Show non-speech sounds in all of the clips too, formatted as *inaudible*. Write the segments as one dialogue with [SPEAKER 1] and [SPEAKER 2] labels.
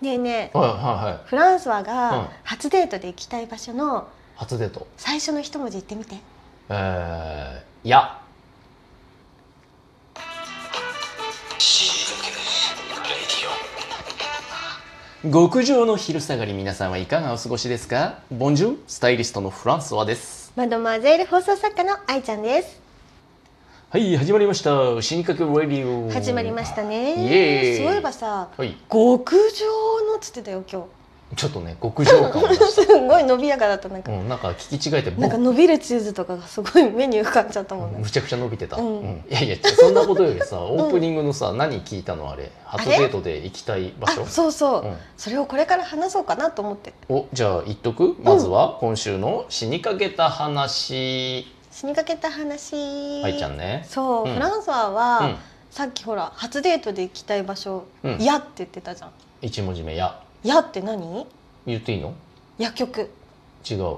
[SPEAKER 1] ねえねえ
[SPEAKER 2] はいはいはい。
[SPEAKER 1] フランスワ
[SPEAKER 2] うん
[SPEAKER 1] が初デートで行きたい場所の
[SPEAKER 2] 初デート。
[SPEAKER 1] 最初の一文字言ってみて
[SPEAKER 2] えー、いや。極上の昼下がり皆さんはいかがお過ごしですかボンジュールスタイリストのフランソワです
[SPEAKER 1] マドマゼール放送作家の愛ちゃんです
[SPEAKER 2] はい始まりました死にかけラディオ
[SPEAKER 1] 始まりました
[SPEAKER 2] イエー
[SPEAKER 1] ね
[SPEAKER 2] イ
[SPEAKER 1] そういえばさ
[SPEAKER 2] はい
[SPEAKER 1] 極上のっつってたよ今
[SPEAKER 2] ちょっとね極上感を出
[SPEAKER 1] 日
[SPEAKER 2] し
[SPEAKER 1] *laughs* すんごい伸びやかだったなん
[SPEAKER 2] た
[SPEAKER 1] か、
[SPEAKER 2] *laughs* うんなんか聞き違えて
[SPEAKER 1] なんか伸びるチーズとかがすごい目に浮かんじゃったもんね、
[SPEAKER 2] むちゃくちゃ伸びてた、
[SPEAKER 1] うん
[SPEAKER 2] うんいやいやそんなことよりさオープニングのさ、何聞いたのあれ初デートで行きたい場所
[SPEAKER 1] あそうそう、
[SPEAKER 2] うん
[SPEAKER 1] それをこれから話そうかなと思って
[SPEAKER 2] おじゃあ言っとくまずは今週の死にかけた話、
[SPEAKER 1] 死にかけた話
[SPEAKER 2] 愛ちゃんね
[SPEAKER 1] そう、
[SPEAKER 2] うん
[SPEAKER 1] フランソワ
[SPEAKER 2] う
[SPEAKER 1] は、
[SPEAKER 2] ん
[SPEAKER 1] さっきほら初デートで行きたい場所「
[SPEAKER 2] うん
[SPEAKER 1] や」って言ってたじゃん
[SPEAKER 2] 一文字目や
[SPEAKER 1] 「や」って何
[SPEAKER 2] 言っていいの
[SPEAKER 1] 薬局
[SPEAKER 2] 違う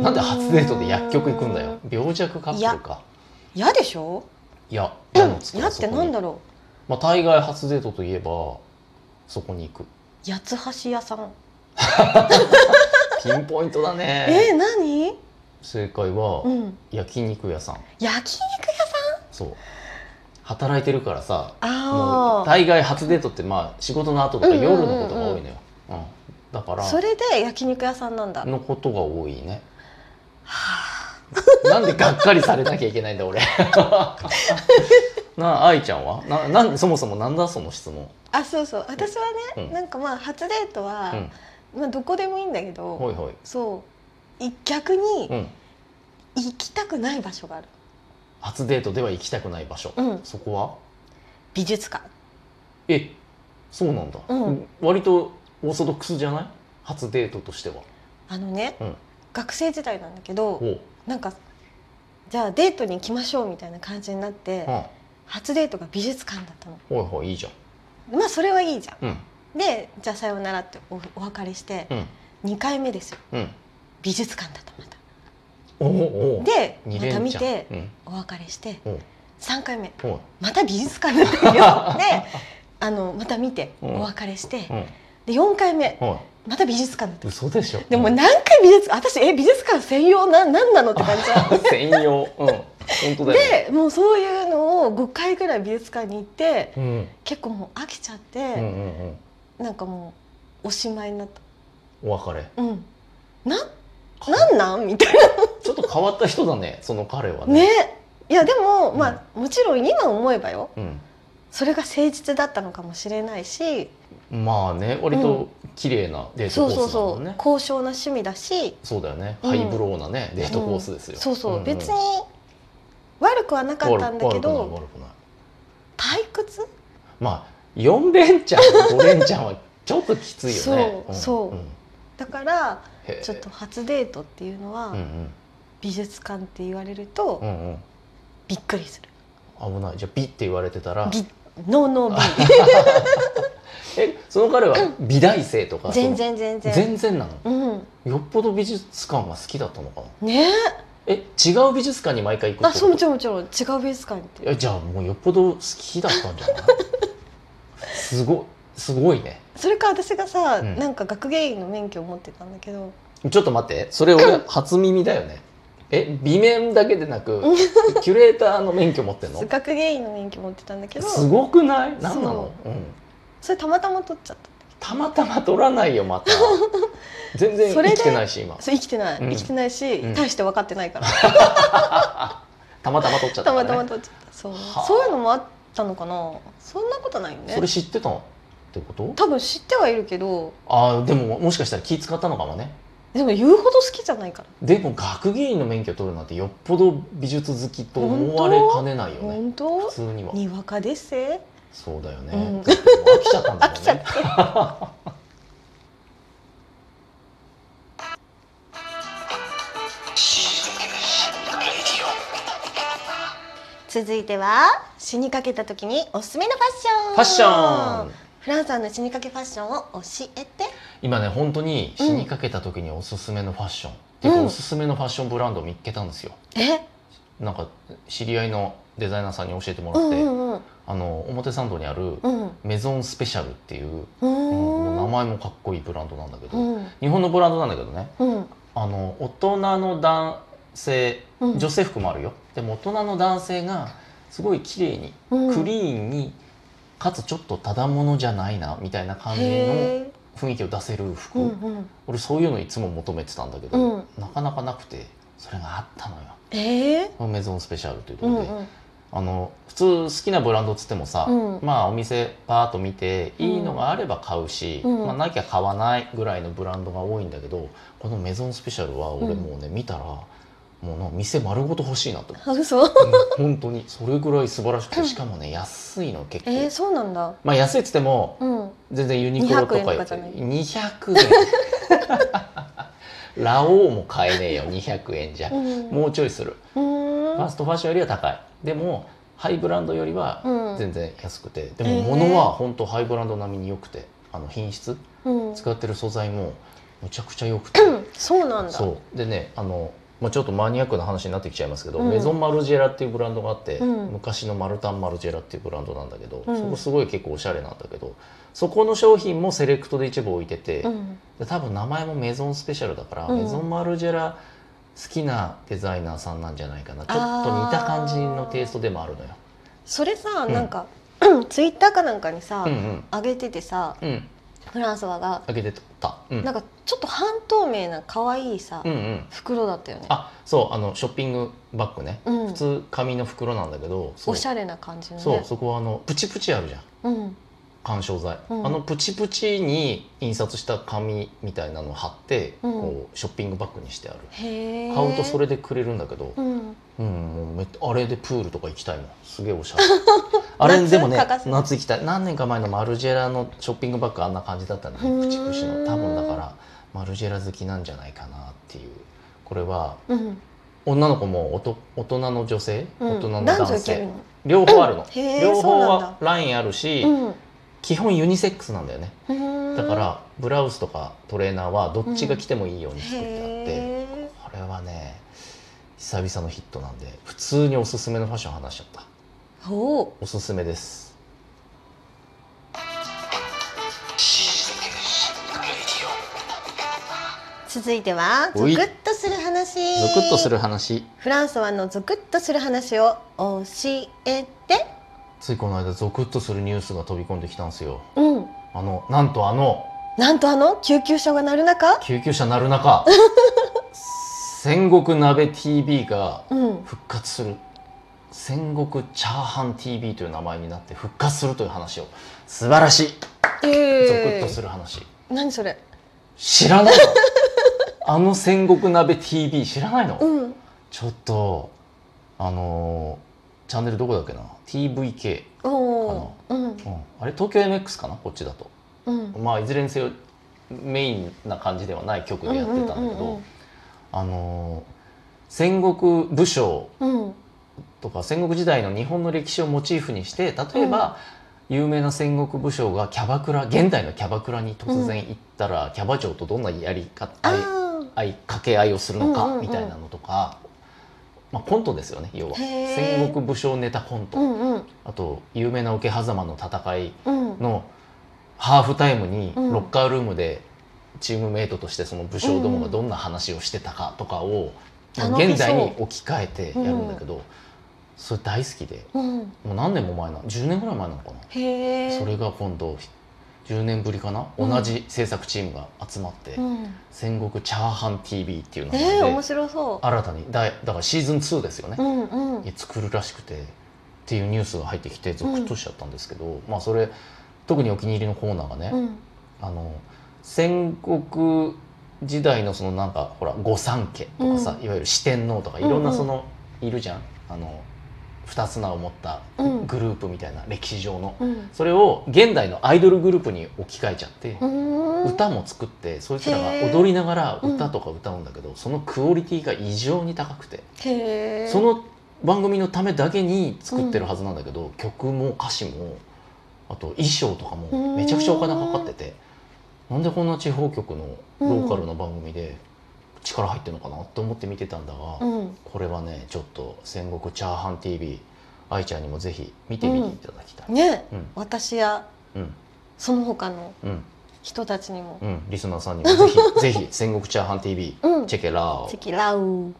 [SPEAKER 1] な
[SPEAKER 2] なんで初デートで薬局行くんだよ病弱カップルか
[SPEAKER 1] 「や」でしょ
[SPEAKER 2] いや
[SPEAKER 1] 「
[SPEAKER 2] 矢
[SPEAKER 1] や」
[SPEAKER 2] のつく
[SPEAKER 1] ってなんだろ
[SPEAKER 2] まあ大概初デートといえばそこに行く
[SPEAKER 1] う八つ橋屋さん
[SPEAKER 2] ピンポイントだ
[SPEAKER 1] *laughs* えー、
[SPEAKER 2] ね
[SPEAKER 1] 何
[SPEAKER 2] 正解は
[SPEAKER 1] うん
[SPEAKER 2] 焼肉屋さん
[SPEAKER 1] 焼肉
[SPEAKER 2] そう働いてるからさも
[SPEAKER 1] あ
[SPEAKER 2] う
[SPEAKER 1] あ
[SPEAKER 2] 大概初デートってまあ仕事の後とか
[SPEAKER 1] うんうん
[SPEAKER 2] 夜
[SPEAKER 1] うんうん
[SPEAKER 2] のことが多いのよ、うんだから
[SPEAKER 1] それで焼肉屋さんなんだ
[SPEAKER 2] のことが多いね
[SPEAKER 1] はあ
[SPEAKER 2] なんでがっかりされなきゃいけないんだ
[SPEAKER 1] *laughs*
[SPEAKER 2] 俺なあ愛ちゃんはななんそもそもなんだその質問
[SPEAKER 1] あそうそう私はね、
[SPEAKER 2] うん
[SPEAKER 1] なんかまあ初デートは、
[SPEAKER 2] うん
[SPEAKER 1] まあ、どこでもいいんだけど、
[SPEAKER 2] ほいほい
[SPEAKER 1] そうい逆に
[SPEAKER 2] うん
[SPEAKER 1] 行きたくない場所がある、
[SPEAKER 2] 初デートでは行きたくない場所、
[SPEAKER 1] うん、
[SPEAKER 2] そこは
[SPEAKER 1] 美術館
[SPEAKER 2] えそうなんだ、
[SPEAKER 1] うん
[SPEAKER 2] 割とオーソドックスじゃない初デートとしては
[SPEAKER 1] あのね、
[SPEAKER 2] うん
[SPEAKER 1] 学生時代なんだけど
[SPEAKER 2] おう、
[SPEAKER 1] なんかじゃあデートに行きましょうみたいな感じになって、
[SPEAKER 2] うん、
[SPEAKER 1] 初デートが美術館だったの
[SPEAKER 2] ほいほいいいじゃ
[SPEAKER 1] まあそれはいいじゃん
[SPEAKER 2] んうん
[SPEAKER 1] でじゃあさようならっておお別れして
[SPEAKER 2] うん
[SPEAKER 1] 2回目ですよ
[SPEAKER 2] うん
[SPEAKER 1] 美術館だったまた
[SPEAKER 2] おうおう
[SPEAKER 1] で
[SPEAKER 2] 二
[SPEAKER 1] また
[SPEAKER 2] 連
[SPEAKER 1] 見
[SPEAKER 2] じゃん
[SPEAKER 1] て
[SPEAKER 2] うん
[SPEAKER 1] お別れして
[SPEAKER 2] うん
[SPEAKER 1] 3回目
[SPEAKER 2] ほい
[SPEAKER 1] また美術館だ
[SPEAKER 2] *laughs*
[SPEAKER 1] ったよであのまた見て
[SPEAKER 2] うん
[SPEAKER 1] お別れして
[SPEAKER 2] うん
[SPEAKER 1] で4回目
[SPEAKER 2] ほ
[SPEAKER 1] また美術館だった
[SPEAKER 2] い嘘でしょ
[SPEAKER 1] でも
[SPEAKER 2] うん
[SPEAKER 1] 何回美術館私え美術館専用な何なのって感じじゃん
[SPEAKER 2] 専用うん本当だよね
[SPEAKER 1] でもうそういうのを5回ぐらい美術館に行って
[SPEAKER 2] うん
[SPEAKER 1] 結構もう飽きちゃっ
[SPEAKER 2] うん
[SPEAKER 1] て、
[SPEAKER 2] うんうん
[SPEAKER 1] なんかもうおしまいになっ
[SPEAKER 2] お別れ
[SPEAKER 1] たうんななんなんみたいな
[SPEAKER 2] ちょっと変わった人だねその彼はね
[SPEAKER 1] ねいやでも、
[SPEAKER 2] うん
[SPEAKER 1] まあもちろん今思えばよ
[SPEAKER 2] うん
[SPEAKER 1] それが誠実だったのかもしれないし
[SPEAKER 2] まあね割と綺麗なデー
[SPEAKER 1] そ
[SPEAKER 2] ト
[SPEAKER 1] う
[SPEAKER 2] コ
[SPEAKER 1] そ
[SPEAKER 2] ー
[SPEAKER 1] う
[SPEAKER 2] スだ
[SPEAKER 1] そ
[SPEAKER 2] もん
[SPEAKER 1] う
[SPEAKER 2] ね
[SPEAKER 1] 高尚な趣味だし、
[SPEAKER 2] そうだよね
[SPEAKER 1] うん
[SPEAKER 2] ハイブローなねデートコースですよ
[SPEAKER 1] そうそう、
[SPEAKER 2] んん
[SPEAKER 1] 別に悪くはなかったんだけ
[SPEAKER 2] 悪くない
[SPEAKER 1] ど
[SPEAKER 2] 悪くない
[SPEAKER 1] 退屈
[SPEAKER 2] まあ4連チャン5連チャンはちょっときついよね
[SPEAKER 1] そうそうん
[SPEAKER 2] ん
[SPEAKER 1] だから
[SPEAKER 2] へえ
[SPEAKER 1] ちょっと初デートっていうのは、
[SPEAKER 2] うんうん
[SPEAKER 1] 美術館って言われると、
[SPEAKER 2] うんうん
[SPEAKER 1] びっくりする
[SPEAKER 2] 危ないじゃあ美って言われてたら
[SPEAKER 1] びノーノー
[SPEAKER 2] えその彼は美大生とか
[SPEAKER 1] 美全然全
[SPEAKER 2] その
[SPEAKER 1] 然
[SPEAKER 2] 全然なの
[SPEAKER 1] うん
[SPEAKER 2] よっぽど美術館が好きだったのかな
[SPEAKER 1] ねえ
[SPEAKER 2] え違う美術館に毎回行く
[SPEAKER 1] あ
[SPEAKER 2] って
[SPEAKER 1] そう
[SPEAKER 2] こ
[SPEAKER 1] も
[SPEAKER 2] と
[SPEAKER 1] ちろんもちろん違う美術館行って
[SPEAKER 2] えじゃあもうよっぽど好きだったんじゃない *laughs* すごいすごいね
[SPEAKER 1] それか私がさ、
[SPEAKER 2] うん
[SPEAKER 1] なんか学芸員の免許を持ってたんだけど
[SPEAKER 2] ちょっと待ってそれ俺初耳だよねえ美面だけで
[SPEAKER 1] *laughs*
[SPEAKER 2] なくキュレーターの免許持ってんの
[SPEAKER 1] 学芸員の免許持ってたんだけど
[SPEAKER 2] すごくない何なの、うん、
[SPEAKER 1] それたまたま取っちゃった
[SPEAKER 2] たまたま取らないよまた全然
[SPEAKER 1] それ
[SPEAKER 2] 生
[SPEAKER 1] で
[SPEAKER 2] きてないし今
[SPEAKER 1] それ生きてない、
[SPEAKER 2] うん
[SPEAKER 1] 生きてないし、
[SPEAKER 2] うん
[SPEAKER 1] 大して分かってないから
[SPEAKER 2] たまたま取っちゃった
[SPEAKER 1] たま
[SPEAKER 2] から、ね、
[SPEAKER 1] たま取っちゃったそう
[SPEAKER 2] はあ
[SPEAKER 1] そういうのもあったのかなそんなことないよね
[SPEAKER 2] それ知ってたのってこと
[SPEAKER 1] 多分知ってはいるけど
[SPEAKER 2] ああでももしかしたら気使ったのかもね
[SPEAKER 1] でも言うほど好きじゃないから
[SPEAKER 2] でも学芸員の免許取るなんてよっぽど美術好きと思われかねないよね
[SPEAKER 1] 本
[SPEAKER 2] 普
[SPEAKER 1] 当
[SPEAKER 2] 通には
[SPEAKER 1] にわかですせ
[SPEAKER 2] そうだよね、
[SPEAKER 1] うん
[SPEAKER 2] もう飽きちゃったん
[SPEAKER 1] 飽
[SPEAKER 2] だもん
[SPEAKER 1] きちゃっ
[SPEAKER 2] ね
[SPEAKER 1] て続いては死にかけた時におすすめのファッション
[SPEAKER 2] ファッション
[SPEAKER 1] フランさんの死にかけファッションを教えて
[SPEAKER 2] 今ね本当に死にかけた時におすすめのファッション、ていう
[SPEAKER 1] う
[SPEAKER 2] か
[SPEAKER 1] ん
[SPEAKER 2] おすすめのファッションブランドを見つけたんですよ
[SPEAKER 1] え
[SPEAKER 2] なんか知り合いのデザイナーさんに教えても
[SPEAKER 1] う
[SPEAKER 2] らっ
[SPEAKER 1] ん
[SPEAKER 2] て、
[SPEAKER 1] うんうん
[SPEAKER 2] あの表参道にある
[SPEAKER 1] うん
[SPEAKER 2] メゾンスペシャルっていう、
[SPEAKER 1] う
[SPEAKER 2] うんもう名
[SPEAKER 1] ん
[SPEAKER 2] 前もかっこいいブランドなんだけど、
[SPEAKER 1] うん
[SPEAKER 2] 日本のブランドなんだけどね
[SPEAKER 1] うん
[SPEAKER 2] あの大人の男性
[SPEAKER 1] うん
[SPEAKER 2] 女性服もあるよ、でも大人の男性がすごい綺麗に、
[SPEAKER 1] うん
[SPEAKER 2] クリーンにかつちょっとただものじゃないなみたいな感じの
[SPEAKER 1] へ
[SPEAKER 2] 雰囲気を出せる
[SPEAKER 1] ー
[SPEAKER 2] 服、
[SPEAKER 1] うんうん
[SPEAKER 2] 俺そういうのいつも求めてたんだけど、
[SPEAKER 1] うん
[SPEAKER 2] なかなかなくてそれがあったのよ
[SPEAKER 1] えー
[SPEAKER 2] メゾンスペシャルというと
[SPEAKER 1] う
[SPEAKER 2] こ
[SPEAKER 1] ん
[SPEAKER 2] ろで、
[SPEAKER 1] うん
[SPEAKER 2] あの普通好きなブランドっつってもさ、
[SPEAKER 1] うん
[SPEAKER 2] まあお店パーッと見ていいのがあれば買うし、
[SPEAKER 1] うん
[SPEAKER 2] まあ、なきゃ買わないぐらいのブランドが多いんだけどこのメゾンスペシャルは俺もうね、見たらもうなんか店丸ごと欲しい
[SPEAKER 1] *laughs*
[SPEAKER 2] なと思
[SPEAKER 1] あ嘘
[SPEAKER 2] う本当にそれぐらい素晴らしくてしかもね安いの結構、
[SPEAKER 1] えーそうなんだ
[SPEAKER 2] まあ安いっつっても
[SPEAKER 1] うん
[SPEAKER 2] 全然ユニクロとかよ
[SPEAKER 1] 200円と
[SPEAKER 2] り
[SPEAKER 1] かじゃない
[SPEAKER 2] 200円 *laughs* ラオウも買えねえよ200円じゃ
[SPEAKER 1] うん
[SPEAKER 2] もうちょいする
[SPEAKER 1] うーん
[SPEAKER 2] ファーストファッションよりは高いでもハイブランドよりは
[SPEAKER 1] うん
[SPEAKER 2] 全然安くて、
[SPEAKER 1] へ
[SPEAKER 2] で
[SPEAKER 1] え
[SPEAKER 2] も物は本当ハイブランド並みに良くてあの品質
[SPEAKER 1] うん
[SPEAKER 2] 使ってる素材もむちゃくちゃ良くて、
[SPEAKER 1] そうなんだ
[SPEAKER 2] そうでねあの、まあ、ちょっとマニアックな話になってきちゃいますけど、
[SPEAKER 1] うん
[SPEAKER 2] メゾンマルジェラっていうブランドがあって、
[SPEAKER 1] うん
[SPEAKER 2] 昔のマルタンマルジェラっていうブランドなんだけど、
[SPEAKER 1] うん
[SPEAKER 2] そこすごい結構おしゃれなんだけどそこの商品もセレクトで一部置いてて、
[SPEAKER 1] うん
[SPEAKER 2] で多分名前もメゾンスペシャルだから、
[SPEAKER 1] うん
[SPEAKER 2] メゾンマルジェラ好きなデザイナーさんなんじゃないかなちょっ
[SPEAKER 1] あー
[SPEAKER 2] と似た感じのテイストでもあるのよ。
[SPEAKER 1] それさ
[SPEAKER 2] うん
[SPEAKER 1] なんかツイッターかなんかにさ
[SPEAKER 2] うんうん
[SPEAKER 1] 上げててさ
[SPEAKER 2] うん、
[SPEAKER 1] フランソワが
[SPEAKER 2] 開けてた、うん、
[SPEAKER 1] なんかちょっと半透明な可愛いさ
[SPEAKER 2] うんうん
[SPEAKER 1] 袋だったよね
[SPEAKER 2] あそうあのショッピングバッグね、
[SPEAKER 1] うん
[SPEAKER 2] 普通紙の袋なんだけどそう
[SPEAKER 1] おしゃれな感じのね
[SPEAKER 2] そうそこはあのプチプチあるじゃん
[SPEAKER 1] うん
[SPEAKER 2] 緩衝材、
[SPEAKER 1] うん
[SPEAKER 2] あのプチプチに印刷した紙みたいなのを貼って、
[SPEAKER 1] うん
[SPEAKER 2] こうショッピングバッグにしてある
[SPEAKER 1] へえ
[SPEAKER 2] 買うとそれでくれるんだけど、
[SPEAKER 1] うん
[SPEAKER 2] うん、もうめっあれでプールとか行きたいもんすげえ
[SPEAKER 1] *laughs*
[SPEAKER 2] おしゃれあれでもね
[SPEAKER 1] 欠かせない
[SPEAKER 2] 夏行きたい何年か前のマルジェラのショッピングバッグあんな感じだったんで、
[SPEAKER 1] うーん
[SPEAKER 2] ね、プチプチの多分だからマルジェラ好きなんじゃないかなっていうこれは
[SPEAKER 1] うん
[SPEAKER 2] 女の子もおと大人の女性、
[SPEAKER 1] うん
[SPEAKER 2] 大人の
[SPEAKER 1] 男女
[SPEAKER 2] 男
[SPEAKER 1] いける
[SPEAKER 2] 性
[SPEAKER 1] の
[SPEAKER 2] 両方あるの、
[SPEAKER 1] へえ
[SPEAKER 2] 両
[SPEAKER 1] そ
[SPEAKER 2] 方
[SPEAKER 1] うなん
[SPEAKER 2] は
[SPEAKER 1] だ
[SPEAKER 2] ラインあるし、
[SPEAKER 1] うん
[SPEAKER 2] 基本ユニセックスなんだよね
[SPEAKER 1] うーん
[SPEAKER 2] だからブラウスとかトレーナーはどっちが着てもいいように作ってあって、
[SPEAKER 1] へ
[SPEAKER 2] これはね久々のヒットなんで普通におすすめのファッション話しちゃった
[SPEAKER 1] ーおお
[SPEAKER 2] おすすめです
[SPEAKER 1] 続いてはゾク
[SPEAKER 2] おい
[SPEAKER 1] ッとする話
[SPEAKER 2] ゾクッとする話
[SPEAKER 1] フランソワのゾクッとする話を教えて
[SPEAKER 2] ついこの間ゾクッとするニュースが飛び込んできたんですよ
[SPEAKER 1] うん
[SPEAKER 2] あのなんとあの
[SPEAKER 1] なんとあの救急車が鳴る中
[SPEAKER 2] 救急車鳴る中 *laughs* 戦国鍋 TV が
[SPEAKER 1] うん
[SPEAKER 2] 復活する戦国チャーハン TV という名前になって復活するという話を素晴らしい
[SPEAKER 1] え
[SPEAKER 2] ゾク
[SPEAKER 1] え
[SPEAKER 2] ッとする話
[SPEAKER 1] 何それ
[SPEAKER 2] 知らないの *laughs* あの戦国鍋 TV 知らないの、
[SPEAKER 1] うん
[SPEAKER 2] ちょっとあのーチャンネルどこだっけな TVK、
[SPEAKER 1] おおうん
[SPEAKER 2] うんあれ東京 MX かなこっちだと
[SPEAKER 1] うん
[SPEAKER 2] まあいずれにせよメインな感じではない曲でやってたんだけど、あのー戦国武将
[SPEAKER 1] うん
[SPEAKER 2] とか戦国時代の日本の歴史をモチーフにして例えば、有名な戦国武将がキャバクラ現代のキャバクラに突然行ったら、キャバ嬢とどんなやり方
[SPEAKER 1] あ
[SPEAKER 2] 相
[SPEAKER 1] ー
[SPEAKER 2] 相掛け合いをするの
[SPEAKER 1] うんうんう
[SPEAKER 2] か
[SPEAKER 1] ん
[SPEAKER 2] みたいなのとか、まあ、コントですよね要は
[SPEAKER 1] へー
[SPEAKER 2] 戦国武将ネタコント、
[SPEAKER 1] うんうん
[SPEAKER 2] あと有名な桶狭間の戦い
[SPEAKER 1] うん
[SPEAKER 2] のハーフタイムに
[SPEAKER 1] うん
[SPEAKER 2] ロッカールームでチームメイトとしてその武将どもがどんな話をしてたかとかを、
[SPEAKER 1] うん
[SPEAKER 2] まあ現代に置き換えてやるんだけど、それ大好きで
[SPEAKER 1] うん
[SPEAKER 2] もう何年も前な10年ぐらい前なのかな、
[SPEAKER 1] へえ
[SPEAKER 2] それが今度10年ぶりかな、
[SPEAKER 1] うん
[SPEAKER 2] 同じ制作チームが集まって。
[SPEAKER 1] うん
[SPEAKER 2] 戦国チャーハン TV っていう名前
[SPEAKER 1] え
[SPEAKER 2] で
[SPEAKER 1] ー、面白そ
[SPEAKER 2] 新たにだいだからシーズン2ですよね
[SPEAKER 1] うう、んうん
[SPEAKER 2] に作るらしくてっていうニュースが入ってきてゾクッとしちゃったんですけど、まあそれ特にお気に入りのコーナーがね、
[SPEAKER 1] うん
[SPEAKER 2] あの戦国時代のそのなんかほら御三家とかさ、いわゆる四天王とかいろんなその、いるじゃんあの二つ名を持った
[SPEAKER 1] うん
[SPEAKER 2] グループみたいな、歴史上の
[SPEAKER 1] うん
[SPEAKER 2] それを現代のアイドルグループに置き換えちゃって。
[SPEAKER 1] うん
[SPEAKER 2] 歌も作ってそいつらが
[SPEAKER 1] へー
[SPEAKER 2] 踊りながら歌とか歌うんだけど、そのクオリティが異常に高くて、
[SPEAKER 1] へえ
[SPEAKER 2] その番組のためだけに作ってるはずなんだけど、曲も歌詞もあと衣装とかもめちゃくちゃお金かかっててなんでこんな地方局のローカルの番組で力入ってるのかなと思って見てたんだが、
[SPEAKER 1] うん
[SPEAKER 2] これはねちょっと「戦国チャーハン TV」愛ちゃんにもぜひ見てみていただきたい。
[SPEAKER 1] ね、
[SPEAKER 2] うん
[SPEAKER 1] 私や
[SPEAKER 2] うん
[SPEAKER 1] その他の
[SPEAKER 2] うん
[SPEAKER 1] 人たちにも。
[SPEAKER 2] うん、リスナーさんにもぜ *laughs* ひぜひ戦国チャーハン TV
[SPEAKER 1] うん。チ
[SPEAKER 2] チェケラー
[SPEAKER 1] ェキラウ。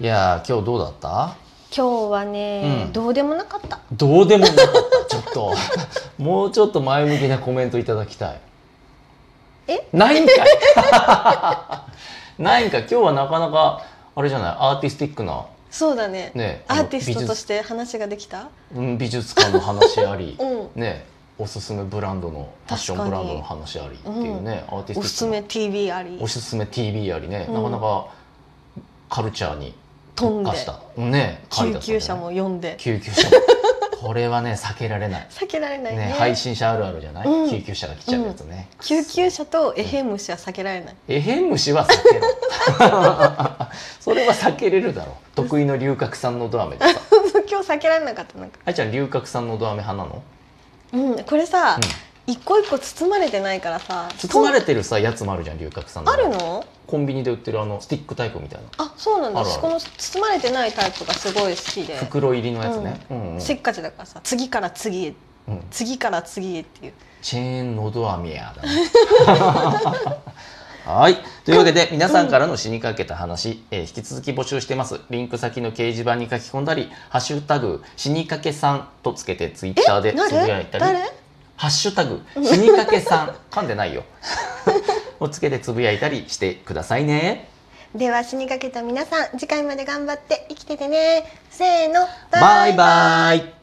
[SPEAKER 2] いやー今日どうだった
[SPEAKER 1] 今日はね、
[SPEAKER 2] うん
[SPEAKER 1] どうでもなかった。
[SPEAKER 2] どうでもなかったちょっと *laughs* もうちょっと前向きなコメントいただきたい
[SPEAKER 1] え
[SPEAKER 2] ないんかいない *laughs* んか今日はなかなかあれじゃないアーティスティックな
[SPEAKER 1] そうだね。
[SPEAKER 2] ね
[SPEAKER 1] アーティストとしてて話ができた。
[SPEAKER 2] 美術,、うん、美術館の話あり *laughs*
[SPEAKER 1] うん。
[SPEAKER 2] ねおすすめブランドのファッションブランドの話ありっていうね、アーティスティックな
[SPEAKER 1] おすすめ TV あり
[SPEAKER 2] お。すすめ TV ありね、
[SPEAKER 1] うん
[SPEAKER 2] なかなかカルチャーに
[SPEAKER 1] 飛ん
[SPEAKER 2] 特
[SPEAKER 1] で
[SPEAKER 2] 化したね
[SPEAKER 1] 救
[SPEAKER 2] 回だったね
[SPEAKER 1] 急車も呼んで。
[SPEAKER 2] 救急車 *laughs* もこれはね避けられない
[SPEAKER 1] 避けられない
[SPEAKER 2] ね
[SPEAKER 1] ね。
[SPEAKER 2] 配信者あるあるじゃない、
[SPEAKER 1] うん
[SPEAKER 2] 救急車が来ちゃうやつね、
[SPEAKER 1] 救急車とエヘムシは避けられない。
[SPEAKER 2] えへん虫は避けろ *laughs* それは避けれるだろう得意の龍角散のドアメ
[SPEAKER 1] *laughs*
[SPEAKER 2] でさ
[SPEAKER 1] 今日避けられなかったなんか。
[SPEAKER 2] あいちゃん龍角散のドアメ派なの、
[SPEAKER 1] うん。これさ、
[SPEAKER 2] うん
[SPEAKER 1] 一個一個包まれてないからさ。
[SPEAKER 2] 包まれてるさやつもあるじゃん龍角散の
[SPEAKER 1] あ
[SPEAKER 2] ドアメ
[SPEAKER 1] るの？
[SPEAKER 2] コンビニで売ってるあのスティックタイプみたいな
[SPEAKER 1] あ、そうなんだ。
[SPEAKER 2] あるあ
[SPEAKER 1] 私
[SPEAKER 2] る
[SPEAKER 1] この包まれてないタイプがすごい好きで。
[SPEAKER 2] 袋入りのやつね、うんうん
[SPEAKER 1] せっかちだからさ次から次へ
[SPEAKER 2] うん
[SPEAKER 1] 次から次へっていう
[SPEAKER 2] チェーンのドアミアだね。 *laughs* はい。というわけで、皆さんからの死にかけた話、えー引き続き募集してます。リンク先の掲示板に書き込んだり、ハッシュタグ、死にかけさんとつけてツイッターでつぶや
[SPEAKER 1] 誰
[SPEAKER 2] いたり、
[SPEAKER 1] 誰
[SPEAKER 2] ハッシュタグ、死にかけさん、噛んでないよ。をつけてつぶやいたりしてくださいね。
[SPEAKER 1] では死にかけた皆さん次回まで頑張って生きててねせーの
[SPEAKER 2] バイバイ。